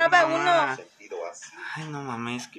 Estaba uno. Ay, no mames, que